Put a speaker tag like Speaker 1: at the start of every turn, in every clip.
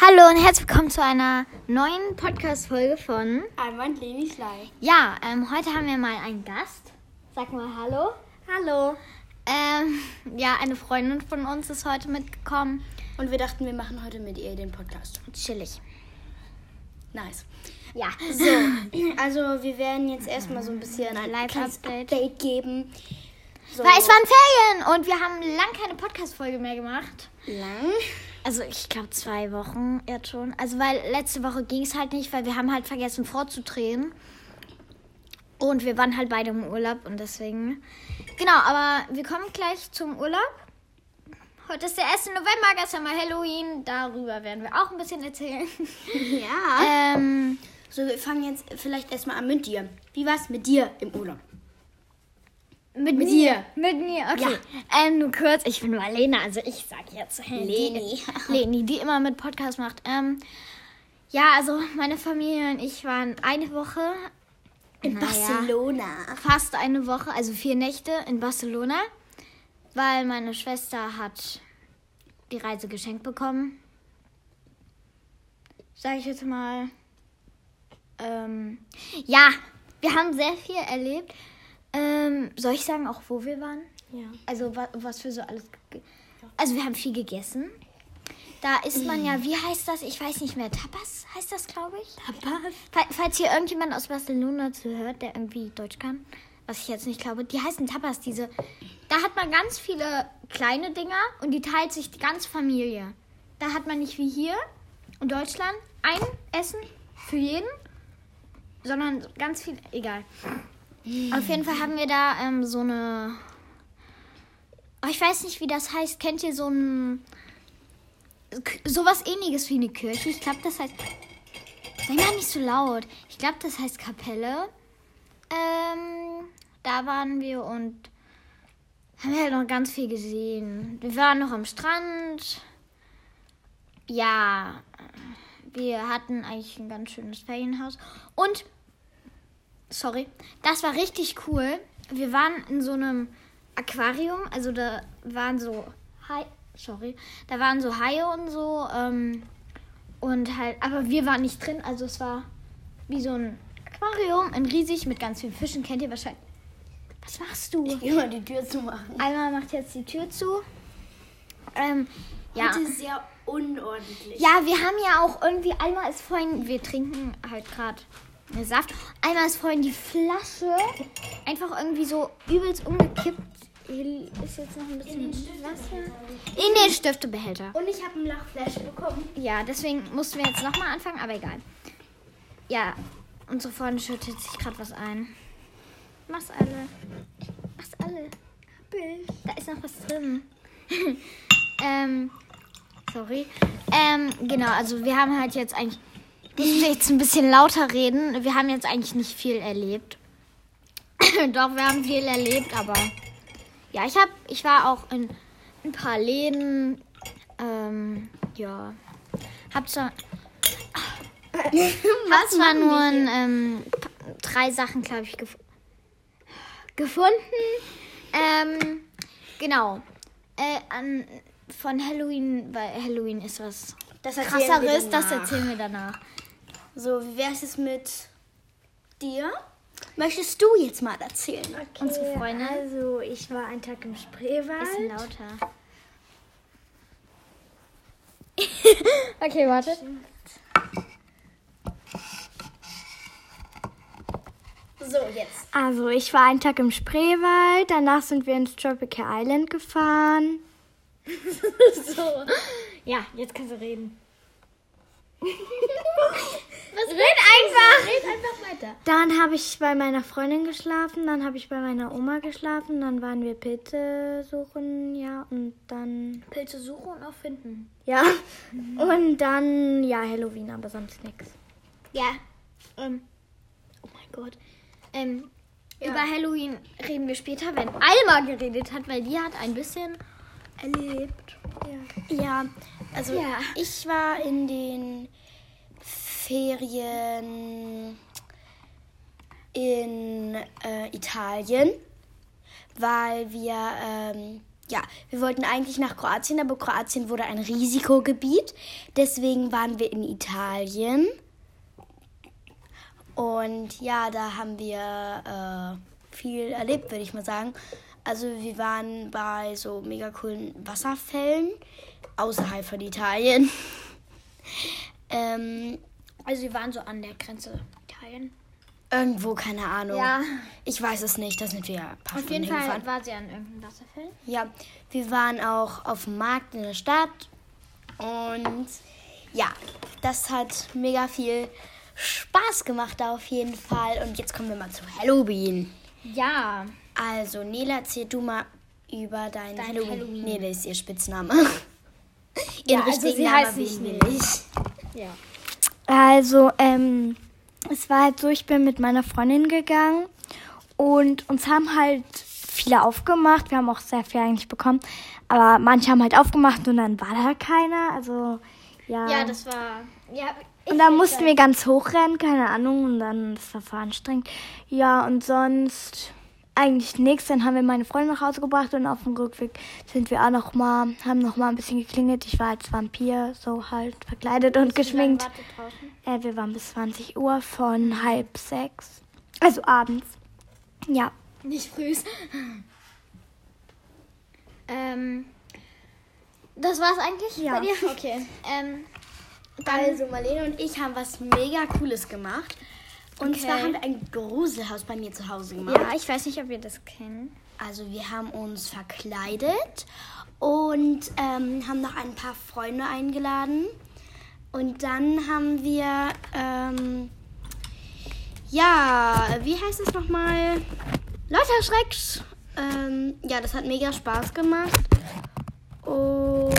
Speaker 1: Hallo und herzlich willkommen zu einer neuen Podcast-Folge von.
Speaker 2: Einmal Leni Schlei.
Speaker 1: Ja, ähm, heute haben wir mal einen Gast. Sag mal Hallo.
Speaker 2: Hallo.
Speaker 1: Ähm, ja, eine Freundin von uns ist heute mitgekommen.
Speaker 2: Und wir dachten, wir machen heute mit ihr den Podcast.
Speaker 1: Chillig.
Speaker 2: Nice.
Speaker 1: Ja.
Speaker 2: So, also wir werden jetzt erstmal so ein bisschen ein
Speaker 1: Live
Speaker 2: kleines
Speaker 1: Update.
Speaker 2: Update. geben. So
Speaker 1: Weil es waren Ferien und wir haben lang keine Podcast-Folge mehr gemacht.
Speaker 2: lang.
Speaker 1: Also ich glaube zwei Wochen jetzt schon. Also weil letzte Woche ging es halt nicht, weil wir haben halt vergessen vorzudrehen. Und wir waren halt beide im Urlaub und deswegen. Genau, aber wir kommen gleich zum Urlaub. Heute ist der 1. November, gestern war Halloween. Darüber werden wir auch ein bisschen erzählen.
Speaker 2: Ja.
Speaker 1: ähm,
Speaker 2: So, wir fangen jetzt vielleicht erstmal an mit dir. Wie war's mit dir im Urlaub?
Speaker 1: mit,
Speaker 2: dir.
Speaker 1: Mit mir, okay. Ähm, nur kurz, ich bin Marlene, also ich sag jetzt hey,
Speaker 2: Leni.
Speaker 1: Die, Leni, die immer mit Podcast macht. Ähm, ja, also meine Familie und ich waren eine Woche
Speaker 2: In
Speaker 1: Naja.
Speaker 2: Barcelona.
Speaker 1: fast eine Woche, also vier Nächte in Barcelona, weil meine Schwester hat die Reise geschenkt bekommen. Sag ich jetzt mal. Ähm, ja, wir haben sehr viel erlebt. Ähm, soll ich sagen, auch wo wir waren?
Speaker 2: Ja.
Speaker 1: Also wa was wir so alles. ge- Also wir haben viel gegessen. Da isst man ja, wie heißt das? Ich weiß nicht mehr. Tapas heißt das, glaube ich.
Speaker 2: Papa.
Speaker 1: Fa- Falls hier irgendjemand aus Barcelona zuhört, der irgendwie Deutsch kann, was ich jetzt nicht glaube, die heißen Tapas, diese. Da hat man ganz viele kleine Dinger und die teilt sich die ganze Familie. Da hat man nicht wie hier in Deutschland ein Essen für jeden, sondern ganz viel, egal. Auf jeden Fall haben wir da ähm, so eine. Oh, ich weiß nicht, wie das heißt. Kennt ihr so ein. Sowas ähnliches wie eine Kirche? Ich glaube, das heißt. Sei mal nicht so laut. Ich glaube, das heißt Kapelle. Ähm, da waren wir und haben halt noch ganz viel gesehen. Wir waren noch am Strand. Ja, wir hatten eigentlich ein ganz schönes Ferienhaus. Und, sorry, das war richtig cool. Wir waren in so einem Aquarium. Also da waren so Hai, sorry, da waren so Haie und so. Ähm, und halt, aber wir waren nicht drin, also es war wie so ein Aquarium in riesig mit ganz vielen Fischen. Kennt ihr wahrscheinlich. Was machst du?
Speaker 2: Immer die Tür zu machen.
Speaker 1: Alma macht jetzt die Tür zu. Ähm, ja.
Speaker 2: Heute sehr unordentlich.
Speaker 1: Ja, wir haben ja auch irgendwie, Alma ist vorhin, wir trinken halt gerade Saft. Alma ist vorhin die Flasche einfach irgendwie so übelst umgekippt. Hier ist jetzt noch ein bisschen Wasser. In den Stiftebehälter.
Speaker 2: Und ich habe einen Lachflash bekommen.
Speaker 1: Ja, deswegen mussten wir jetzt nochmal anfangen, aber egal. Ja, unsere Freundin schüttet sich gerade was ein. Mach's alle. Mach's alle. Da ist noch was drin. ähm, sorry. Ähm, genau, also wir haben halt jetzt eigentlich. Müssen wir jetzt ein bisschen lauter reden. Wir haben jetzt eigentlich nicht viel erlebt. Doch, wir haben viel erlebt, aber. Ja, ich hab. Ich war auch in ein paar Läden. Ähm, ja. Hab zwar. Hab zwar nur ein, ähm, pa- drei Sachen, glaube ich, gef gefunden. Ähm, genau. Äh, an, von Halloween, weil Halloween ist was
Speaker 2: Das
Speaker 1: krasseres, das erzählen wir danach.
Speaker 2: So, wie wär's jetzt mit dir? Möchtest du jetzt mal erzählen? Okay.
Speaker 1: Unsere Freundin
Speaker 3: Also, ich war einen Tag im
Speaker 1: ist
Speaker 3: Spreewald.
Speaker 1: lauter. okay, warte.
Speaker 2: So, jetzt.
Speaker 3: Also, ich war einen Tag im Spreewald. Danach sind wir ins Tropical Island gefahren.
Speaker 1: Ja, jetzt kannst du reden. Was red einfach?
Speaker 2: Red einfach weiter.
Speaker 3: Dann habe ich bei meiner Freundin geschlafen. Dann habe ich bei meiner Oma geschlafen. Dann waren wir Pilze suchen, ja. Und dann,
Speaker 1: Pilze suchen und auch finden.
Speaker 3: ja. Und dann, ja, Halloween, aber sonst nichts.
Speaker 1: Ja. Ähm, oh mein Gott. Ähm, Über Halloween reden wir später, wenn Alma geredet hat, weil die hat ein bisschen erlebt.
Speaker 2: Ja, also
Speaker 1: Ja.
Speaker 2: ich war in den Ferien in äh, Italien, weil wir ähm, Ja, wir wollten eigentlich nach Kroatien, aber Kroatien wurde ein Risikogebiet. Deswegen waren wir in Italien. Und ja, da haben wir äh, viel erlebt, würde ich mal sagen. Also wir waren bei so mega coolen Wasserfällen außerhalb von Italien. ähm,
Speaker 1: Also wir waren so an der Grenze Italien.
Speaker 2: irgendwo, keine Ahnung.
Speaker 1: Ja.
Speaker 2: Ich weiß es nicht, da sind wir ein paar
Speaker 1: Auf jeden
Speaker 2: Stunden hingefahren.
Speaker 1: Fall war sie an irgendeinem Wasserfall.
Speaker 2: Ja, wir waren auch auf dem Markt in der Stadt und ja, das hat mega viel Spaß gemacht da auf jeden Fall. Und jetzt kommen wir mal zu Halloween.
Speaker 1: Ja.
Speaker 2: Also, Nela, erzähl du mal über dein,
Speaker 1: Dein
Speaker 2: Halloween.
Speaker 1: Halloween.
Speaker 2: Nele ist ihr Spitzname. Ihren
Speaker 1: also
Speaker 2: richtigen
Speaker 1: sie
Speaker 2: Namen
Speaker 1: heißt nicht
Speaker 2: erwähnen wir
Speaker 1: Nele.
Speaker 2: nicht.
Speaker 1: Ja.
Speaker 3: Also, ähm, es war halt so, ich bin mit meiner Freundin gegangen und uns haben halt viele aufgemacht. Wir haben auch sehr viel eigentlich bekommen, aber manche haben halt aufgemacht und dann war da keiner. Also, ja.
Speaker 1: Ja, das war. Ja,
Speaker 3: und dann mussten wir ganz hoch rennen, keine Ahnung, und dann das war voll anstrengend. Ja, und sonst eigentlich nichts. Dann haben wir meine Freundin nach Hause gebracht und auf dem Rückweg sind wir auch noch mal, haben noch mal ein bisschen geklingelt. Ich war als Vampir so halt verkleidet und geschminkt. Äh, wir waren bis 20 Uhr von halb sechs. Also abends. Ja.
Speaker 1: Nicht früh. ähm. Das war's eigentlich
Speaker 3: Ja.
Speaker 1: bei dir? Okay. Ähm,
Speaker 2: Also, Marlene und ich haben was mega Cooles gemacht. Und
Speaker 1: Okay.
Speaker 2: zwar haben wir ein Gruselhaus bei mir zu Hause gemacht.
Speaker 1: ja, ich weiß nicht, ob ihr das kennt.
Speaker 2: Also wir haben uns verkleidet und ähm, haben noch ein paar Freunde eingeladen. Und dann haben wir, ähm, ja, wie heißt es nochmal? Läuterschrecks. Ähm, ja, das hat mega Spaß gemacht. Und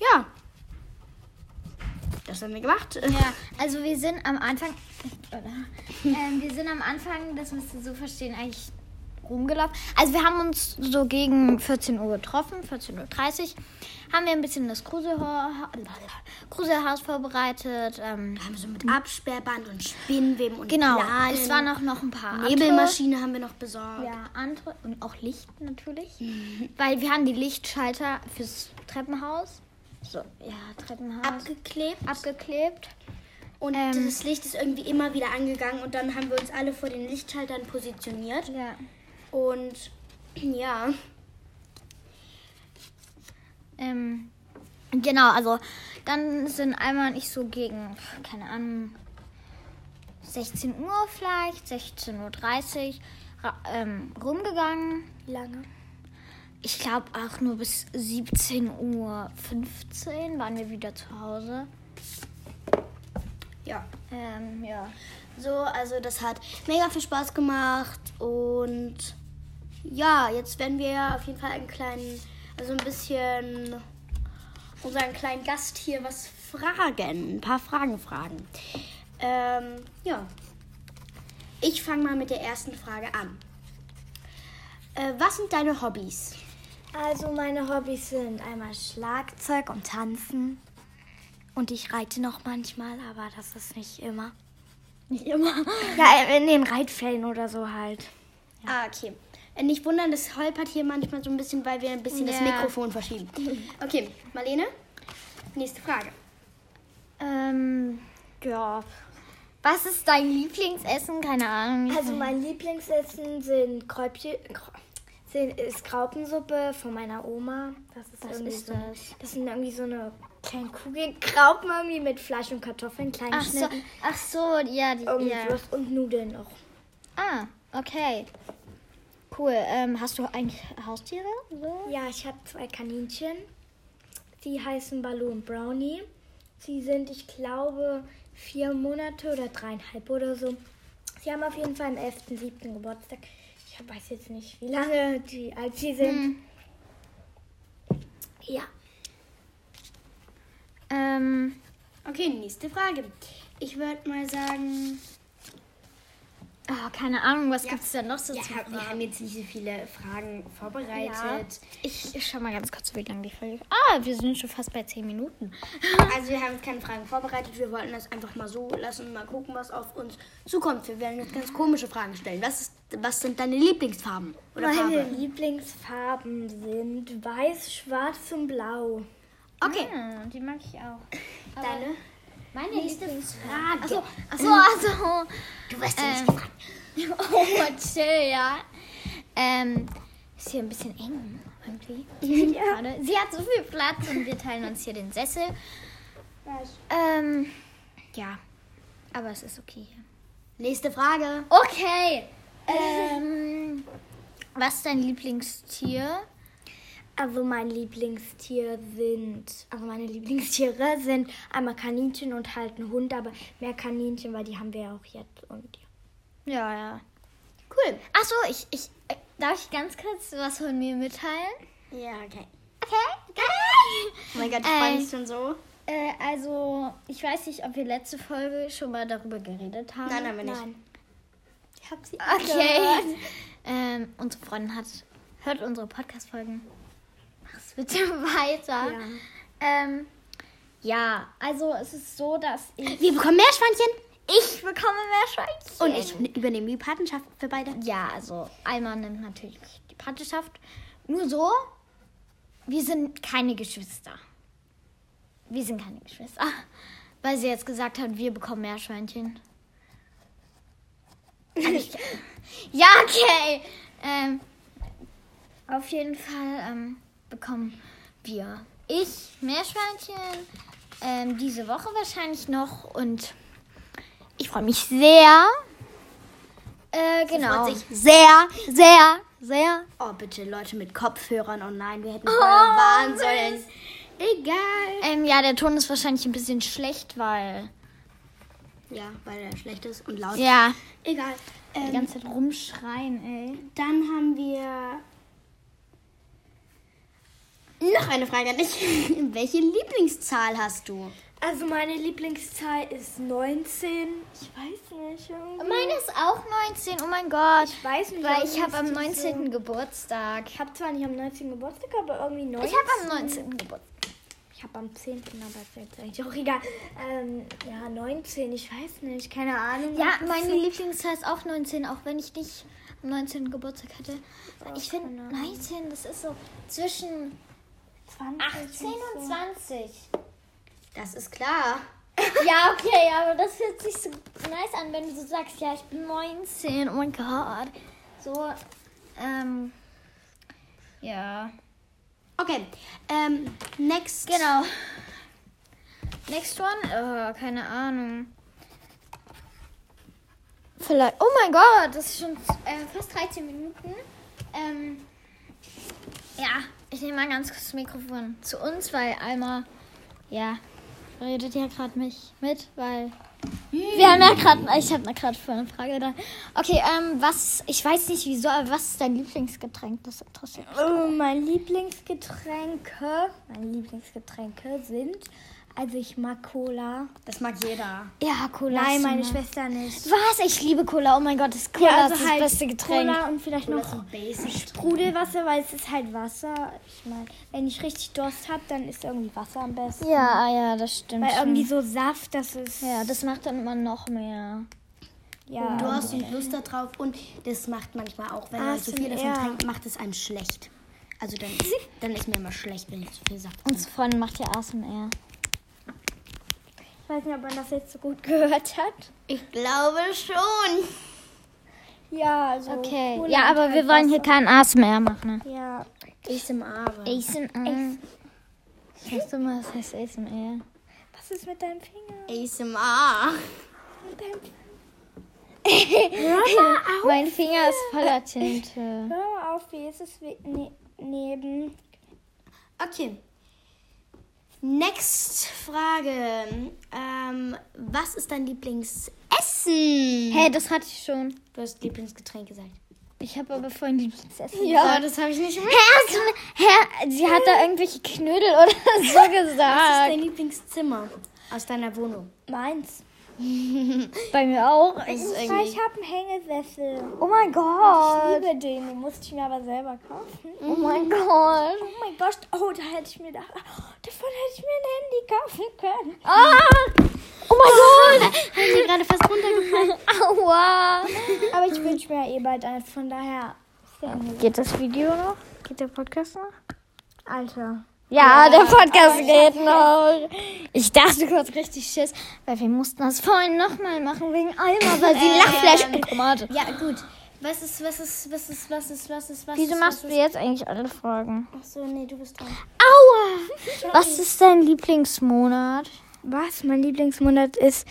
Speaker 2: ja, das haben wir gemacht.
Speaker 1: Ja, also wir sind am Anfang, oder, ähm, wir sind am Anfang, das müsst ihr so verstehen, eigentlich rumgelaufen. Also wir haben uns so gegen 14 Uhr getroffen, 14.30 Uhr, haben wir ein bisschen das Gruselha- Gruselhaus vorbereitet. Ähm,
Speaker 2: Haben wir so mit Absperrband und Spinnweben und
Speaker 1: genau,
Speaker 2: Planen.
Speaker 1: es waren auch noch ein paar andere-
Speaker 2: Nebelmaschine haben wir noch besorgt.
Speaker 1: Ja, andere und auch Licht natürlich, weil wir haben die Lichtschalter fürs Treppenhaus. So, ja, Treppenhaus.
Speaker 2: Abgeklebt.
Speaker 1: abgeklebt.
Speaker 2: Und
Speaker 1: Ähm.
Speaker 2: das Licht ist irgendwie immer wieder angegangen und dann haben wir uns alle vor den Lichtschaltern positioniert.
Speaker 1: Ja.
Speaker 2: Und ja,
Speaker 1: Ähm, genau, also dann sind einmal ich so gegen, keine Ahnung, 16 Uhr vielleicht, 16.30 Uhr ra- ähm, rumgegangen.
Speaker 3: Wie lange?
Speaker 1: Ich glaube auch nur bis 17.15 Uhr waren wir wieder zu Hause.
Speaker 2: ja.
Speaker 1: Ähm, ja.
Speaker 2: So, also das hat mega viel Spaß gemacht und ja, jetzt werden wir auf jeden Fall einen kleinen, also ein bisschen unseren kleinen Gast hier was fragen, ein paar Fragen fragen. Ähm, ja. Ich fange mal mit der ersten Frage an. Äh, was sind deine Hobbys?
Speaker 3: Also meine Hobbys sind einmal Schlagzeug und Tanzen. Und ich reite noch manchmal, aber das ist nicht immer.
Speaker 1: Nicht immer.
Speaker 3: Ja, äh, in den Reitfällen oder so halt.
Speaker 2: Ah, okay. Äh, Nicht wundern, das holpert hier manchmal so ein bisschen, weil wir ein bisschen das
Speaker 1: Ja.
Speaker 2: Mikrofon verschieben. Okay, Marlene, nächste Frage.
Speaker 1: Ähm, ja. Was ist dein Lieblingsessen? Keine Ahnung.
Speaker 3: Also mein Lieblingsessen sind Kräubchen, Kr- sind, ist Graupensuppe von meiner Oma. Das ist, irgendwie
Speaker 1: ist
Speaker 3: so, das? das sind irgendwie so eine kleine Kugel Graupen irgendwie mit Fleisch und Kartoffeln, klein
Speaker 1: ach so,
Speaker 3: geschnitten.
Speaker 1: ach so, ja, die,
Speaker 3: Irgendwie
Speaker 1: ja.
Speaker 3: sowas Ähm, und Nudeln noch.
Speaker 1: Ah, okay. Cool. Ähm, hast du eigentlich Haustiere? So?
Speaker 3: Ja, ich habe zwei Kaninchen. Sie heißen Baloo und Brownie. Sie sind, ich glaube, vier Monate oder dreieinhalb oder so. Sie haben auf jeden Fall am 11.07. Geburtstag. Ich weiß jetzt nicht, wie lange die alt sie sind.
Speaker 1: Hm,
Speaker 3: Ja.
Speaker 1: Ähm,
Speaker 2: Okay, nächste Frage. Ich würde mal sagen,
Speaker 1: Oh, keine Ahnung, was gibt's denn noch so zu
Speaker 4: Ja, wir haben jetzt nicht so viele Fragen vorbereitet.
Speaker 1: Ich, ich schau mal ganz kurz, wie lange die Folge Ah, wir sind schon fast bei 10 Minuten.
Speaker 2: Also wir haben jetzt keine Fragen vorbereitet. Wir wollten das einfach mal so lassen und mal gucken, was auf uns zukommt. Wir werden jetzt ganz komische Fragen stellen. Was, ist, was sind deine Lieblingsfarben? Oder
Speaker 3: Meine
Speaker 2: Farbe?
Speaker 3: Lieblingsfarben sind weiß, schwarz und blau.
Speaker 2: Okay.
Speaker 1: Hm, die mag ich auch.
Speaker 2: Deine?
Speaker 1: Meine nächste Frage.
Speaker 2: Achso,
Speaker 1: Achso, also.
Speaker 2: du weißt ja
Speaker 1: Ähm.
Speaker 2: nicht gefragt.
Speaker 1: Oh, chill, ja. Ähm, ist hier ein bisschen eng, irgendwie. Gerade. Sie hat so viel Platz und wir teilen uns hier den Sessel. Ähm, ja. Aber es ist okay hier.
Speaker 2: Nächste Frage.
Speaker 1: Okay. Ähm, was ist dein Lieblingstier?
Speaker 3: Also mein Lieblingstier sind, also meine Lieblingstiere sind einmal Kaninchen und halt ein Hund, aber mehr Kaninchen, weil die haben wir ja auch jetzt und ja.
Speaker 1: Ja, ja.
Speaker 2: Cool.
Speaker 1: Achso, ich, ich, äh, darf ich ganz kurz was von mir mitteilen?
Speaker 2: Ja, okay.
Speaker 1: Okay, geil.
Speaker 2: Oh mein Gott, ich
Speaker 1: Äh.
Speaker 2: freue mich schon so.
Speaker 1: Äh, also, ich weiß nicht, ob wir letzte Folge schon mal darüber geredet haben.
Speaker 2: Nein, haben wir nicht.
Speaker 3: Nein. Ich hab sie
Speaker 1: Okay. Ähm, unsere Freundin hat, hört unsere Podcast-Folgen. Mach's bitte weiter.
Speaker 3: Ja.
Speaker 1: Ähm, ja, also es ist so, dass ich,
Speaker 2: Wir bekommen Meerschweinchen.
Speaker 1: ich bekomme mehr Schweinchen.
Speaker 2: Und ich übernehme die Patenschaft für beide.
Speaker 1: Ja, also Alma nimmt natürlich die Patenschaft. Nur so, wir sind keine Geschwister. Wir sind keine Geschwister. Weil sie jetzt gesagt hat, wir bekommen Meerschweinchen. ja, okay. Ähm, auf jeden Fall ähm, bekommen wir. Ich Meerschweinchen. Ähm, diese Woche wahrscheinlich noch. Und ich freue mich sehr. Äh, genau.
Speaker 2: freut sich sehr,
Speaker 1: sehr, sehr.
Speaker 2: Oh, bitte, Leute mit Kopfhörern. Oh nein, wir hätten vorher warnen sollen. Egal.
Speaker 1: Ähm, ja, der Ton ist wahrscheinlich ein bisschen schlecht, weil
Speaker 2: Ja, weil er schlecht ist und laut.
Speaker 1: ja
Speaker 2: Egal.
Speaker 1: die
Speaker 2: Ähm,
Speaker 1: ganze Zeit rumschreien, ey.
Speaker 2: dann haben wir noch eine Frage an dich. Welche Lieblingszahl hast du?
Speaker 3: Also meine Lieblingszahl ist 19. Ich weiß nicht. irgendwie.
Speaker 1: Meine ist auch 19, oh mein Gott.
Speaker 3: Ich weiß nicht,
Speaker 1: Weil
Speaker 3: irgendwie
Speaker 1: ich habe am
Speaker 3: ist die
Speaker 1: 19. Geburtstag.
Speaker 3: Ich habe zwar nicht am 19. Geburtstag, aber irgendwie 19.
Speaker 1: Ich habe am 19. Geburtstag.
Speaker 3: Ich habe am 10. aber ist jetzt eigentlich auch egal. Ähm, ja, 19, ich weiß nicht, keine Ahnung.
Speaker 1: Ja,
Speaker 3: was
Speaker 1: meine
Speaker 3: das ist.
Speaker 1: Lieblingszahl ist auch 19, auch wenn ich dich am 19. Geburtstag hatte. Ich finde 19, das ist so zwischen
Speaker 3: 20
Speaker 1: 18
Speaker 3: und
Speaker 1: und 20.
Speaker 2: Das ist klar.
Speaker 1: Ja, okay, aber das hört sich so nice an, wenn du so sagst, ja, ich bin 19, oh mein Gott. So, ähm, ja.
Speaker 2: Okay. Ähm, next.
Speaker 1: Genau. Next one? Oh, keine Ahnung. Vielleicht, oh mein Gott, das ist schon äh, fast 13 Minuten. Ähm, ja, ich nehme mal ganz kurz das Mikrofon zu uns, weil Alma, ja, redet ja gerade mich mit, weil wir haben ja gerade, ich habe gerade vorhin eine Frage da. Okay, ähm, was, ich weiß nicht wieso, aber was ist dein Lieblingsgetränk? Das interessiert mich.
Speaker 3: Oh, mein Lieblingsgetränke, meine Lieblingsgetränke sind, also ich mag Cola.
Speaker 2: Das mag jeder.
Speaker 1: Ja, Cola.
Speaker 3: Nein,
Speaker 1: ist
Speaker 3: meine
Speaker 1: nice.
Speaker 3: Schwester nicht. also halt
Speaker 1: Was? Ich liebe Cola. Oh mein Gott, das Cola ist das beste Getränk.
Speaker 3: Cola und vielleicht
Speaker 2: Das ist
Speaker 3: noch
Speaker 2: ein Basic.
Speaker 3: Sprudelwasser, weil es ist halt Wasser. Ich meine, wenn ich richtig Durst habe, dann ist irgendwie Wasser am besten.
Speaker 1: Ja, ah ja, das stimmt.
Speaker 3: Weil irgendwie
Speaker 1: schon.
Speaker 3: so Saft, das ist.
Speaker 1: ja, das macht dann immer noch mehr.
Speaker 3: ja.
Speaker 2: Du hast und Lust da drauf und das macht manchmal auch, wenn man zu viel davon
Speaker 3: ASMR.
Speaker 2: trinkt, macht es einem schlecht. Also dann, dann ist mir immer schlecht, wenn ich zu viel Saft trinke.
Speaker 1: Unsere Freundin macht ja ASMR.
Speaker 3: Ich weiß nicht, ob man das jetzt so gut gehört hat.
Speaker 2: Ich glaube schon.
Speaker 3: Ja, also.
Speaker 1: Okay.
Speaker 3: Cola
Speaker 1: Ja,
Speaker 3: und
Speaker 1: aber
Speaker 3: halt
Speaker 1: wir wollen hier keinen ASMR machen.
Speaker 3: Wasser. Ja.
Speaker 2: ASMR.
Speaker 1: ASMR. Weißt du mal, was heißt ASMR?
Speaker 3: Was ist mit deinem Finger?
Speaker 2: ASMR.
Speaker 3: Mit deinem Finger?
Speaker 1: Mein Finger ist voller Tinte.
Speaker 3: Hör mal auf, wie ist es we- ne neben.
Speaker 2: Okay. Next Frage. Ähm, was ist dein Lieblingsessen?
Speaker 1: Hey, das hatte ich schon.
Speaker 2: Du hast Lieblingsgetränk gesagt.
Speaker 1: Ich habe aber vorhin Lieblingsessen
Speaker 2: Ja, das habe ich nicht.
Speaker 1: Herr, hast du- Herr, sie hat da irgendwelche Knödel oder so
Speaker 2: Was ist
Speaker 1: gesagt.
Speaker 2: dein Lieblingszimmer aus deiner Wohnung?
Speaker 3: Meins.
Speaker 1: Bei mir auch.
Speaker 3: Ich habe einen Hängesessel. Oh mein Gott. Ich liebe den. Den musste ich mir aber selber kaufen.
Speaker 1: Oh mein Gott.
Speaker 3: Oh mein Gott. Oh, da hätte ich mir da. Davon hätte ich mir ein Handy kaufen können.
Speaker 1: Ah! Oh mein Gott. Ich bin gerade fast runtergefallen. Aua.
Speaker 3: Aber ich wünsche mir ja eh bald eins. Von daher.
Speaker 1: Geht das Video noch? Geht der Podcast noch?
Speaker 3: Alter.
Speaker 1: Ja, der Podcast geht noch. Ich dachte kurz richtig Schiss, weil wir mussten das vorhin nochmal machen wegen Alma, weil sie Lachflash bekommen hatte.
Speaker 2: Ja, gut. Was ist, was ist, was ist, was ist, was ist, was
Speaker 1: Wieso
Speaker 2: ist?
Speaker 1: machst du jetzt eigentlich alle Fragen?
Speaker 5: Achso, nee, du bist dran.
Speaker 1: Aua! Was ist dein Lieblingsmonat?
Speaker 3: Was? Mein Lieblingsmonat ist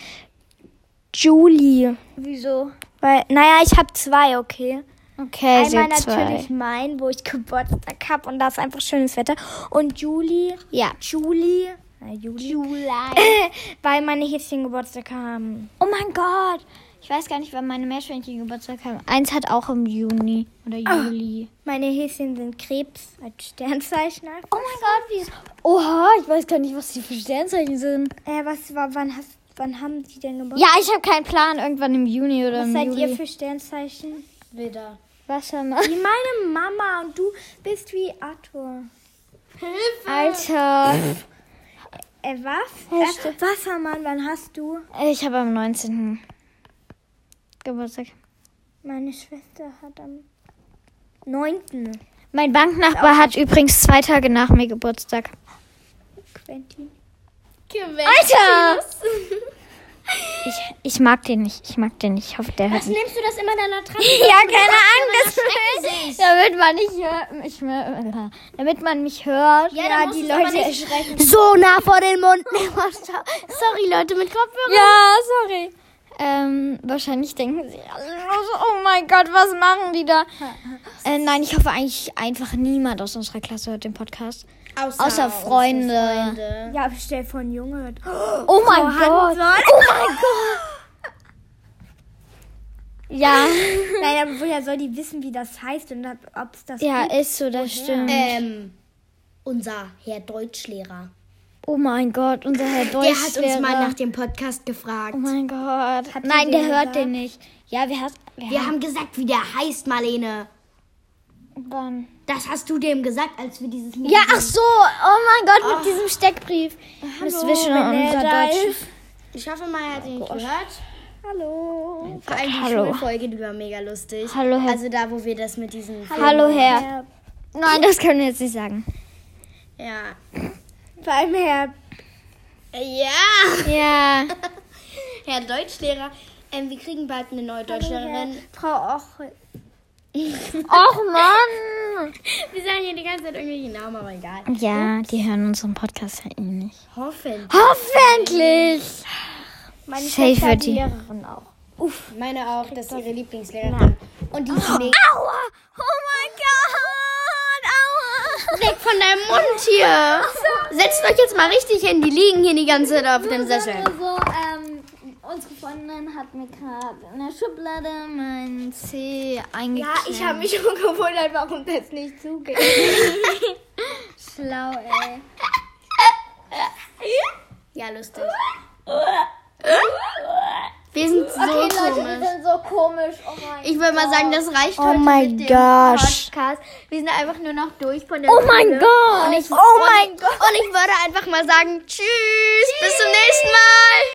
Speaker 3: Juli.
Speaker 1: Wieso?
Speaker 3: Weil, naja, ich habe zwei, okay.
Speaker 1: Okay, sie
Speaker 3: Einmal
Speaker 1: hat
Speaker 3: natürlich
Speaker 1: zwei.
Speaker 3: mein, wo ich Geburtstag habe und da ist einfach schönes Wetter. Und Juli,
Speaker 1: Ja.
Speaker 3: Juli, na, Juli, weil meine Häschen Geburtstag haben.
Speaker 1: Oh mein Gott! Ich weiß gar nicht, wann meine Meerschweinchen Geburtstag haben. Eins hat auch im Juni oder Juli.
Speaker 3: Meine Häschen sind Krebs als Sternzeichen. einfach.
Speaker 1: Oh mein Gott, wie ist. Oha, ich weiß gar nicht, was die für Sternzeichen sind.
Speaker 3: Äh, was war, wann hast, wann haben die denn Geburtstag?
Speaker 1: Ja, ich habe keinen Plan. Irgendwann im Juni oder
Speaker 3: Was
Speaker 1: im
Speaker 3: seid
Speaker 1: Juli.
Speaker 3: ihr für Sternzeichen?
Speaker 2: Widder.
Speaker 1: Wassermann.
Speaker 3: Wie meine Mama und du bist wie Arthur.
Speaker 1: Alter.
Speaker 3: Äh, was? Äh, Wassermann, wann hast du?
Speaker 1: Ich habe am 19. Geburtstag.
Speaker 3: Meine Schwester hat am 9.
Speaker 1: Mein Banknachbar hat übrigens zwei Tage nach mir Geburtstag.
Speaker 3: Quentin.
Speaker 1: Alter! Ich, ich mag den nicht. Ich mag den nicht. Ich hoffe, der hört nicht.
Speaker 5: Nimmst du das immer deiner Tracht?
Speaker 1: Ja, keine Ahnung. Das damit man nicht hört, mich, mehr- damit man mich hört.
Speaker 3: Ja, die Leute erschrecken.
Speaker 5: So nah vor den Mund. Sorry, Leute, mit Kopfhörer.
Speaker 1: Ja, sorry. Ähm, wahrscheinlich denken sie alle nur so, oh mein Gott, was machen die da? Äh, nein, ich hoffe eigentlich einfach niemand aus unserer Klasse hört den Podcast. Außer, Freunde.
Speaker 3: Ja, aber stell vor, ein Junge hört.
Speaker 1: Oh mein Gott. Oh mein Gott. Ja,
Speaker 3: Naja, aber woher soll die wissen, wie das heißt und ob es das
Speaker 1: ja, ist so, das stimmt. Äh,
Speaker 2: Ähm, unser Herr Deutschlehrer.
Speaker 1: Oh mein Gott, unser Herr
Speaker 2: Der
Speaker 1: Deutschlehrer.
Speaker 2: hat uns mal nach dem Podcast gefragt.
Speaker 1: Oh mein Gott.
Speaker 3: Habt ihr
Speaker 1: Nein, der
Speaker 3: den
Speaker 1: hört den
Speaker 3: gesagt?
Speaker 1: nicht. Ja, wir, hast, wir,
Speaker 2: Wir
Speaker 1: haben...
Speaker 2: haben gesagt, wie der heißt, Marlene.
Speaker 1: Wann?
Speaker 2: Das hast du dem gesagt, als wir dieses Lied
Speaker 1: Ja, ach so. Oh mein Gott, mit diesem Steckbrief. Miss Wischer,
Speaker 3: wenn er
Speaker 1: unser
Speaker 3: da
Speaker 1: Deutsch.
Speaker 3: ist.
Speaker 2: Ich hoffe, man hat ihn nicht gehört.
Speaker 3: Hallo.
Speaker 2: Vor allem die
Speaker 1: Oh hallo.
Speaker 2: Schulfolge, die war mega lustig.
Speaker 1: Hallo, Herr-
Speaker 2: Also da, wo wir das mit diesen...
Speaker 1: Hallo, Herr. Nein, das können wir jetzt nicht sagen.
Speaker 2: Ja.
Speaker 3: Vor allem Herr.
Speaker 2: Ja!
Speaker 1: Ja.
Speaker 2: Herr Deutschlehrer. Ähm, wir kriegen bald eine neue
Speaker 3: Herr
Speaker 2: Deutschlehrerin.
Speaker 3: Frau Ochel.
Speaker 1: Och, Mann.
Speaker 2: Wir sagen hier die ganze Zeit irgendwelche Namen, aber egal.
Speaker 1: Ja, die hören unseren Podcast ja eh nicht.
Speaker 2: Hoffentlich.
Speaker 1: Hoffentlich.
Speaker 3: Meine
Speaker 1: Safe
Speaker 3: Schwester hat
Speaker 1: die.
Speaker 3: die Lehrerin auch.
Speaker 2: Meine auch, das ist ihre Lieblingslehrerin. Und die ist mega...
Speaker 1: Aua. Oh mein Gott. Aua.
Speaker 2: Weg von deinem Mund hier! Setzt euch jetzt mal richtig hin, die liegen hier die ganze Zeit auf dem Sessel.
Speaker 1: So, ähm, unsere Freundin hat mir gerade in der Schublade mein C eingeklemmt. Ja, ich habe
Speaker 2: mich schon gewundert, warum das nicht zugeht.
Speaker 1: schlau, ey.
Speaker 2: Ja, lustig. Wir sind so komisch.
Speaker 1: sind so komisch. Oh mein
Speaker 2: Ich würde mal sagen, das reicht
Speaker 1: Oh
Speaker 2: heute
Speaker 3: mein
Speaker 2: mit
Speaker 3: gosh.
Speaker 2: dem Podcast. Wir sind einfach nur noch durch von der
Speaker 1: Oh mein
Speaker 2: Schule.
Speaker 1: Gott. Oh
Speaker 2: Und ich, oh mein Gott. Und ich würde einfach mal sagen, tschüss. bis zum nächsten Mal.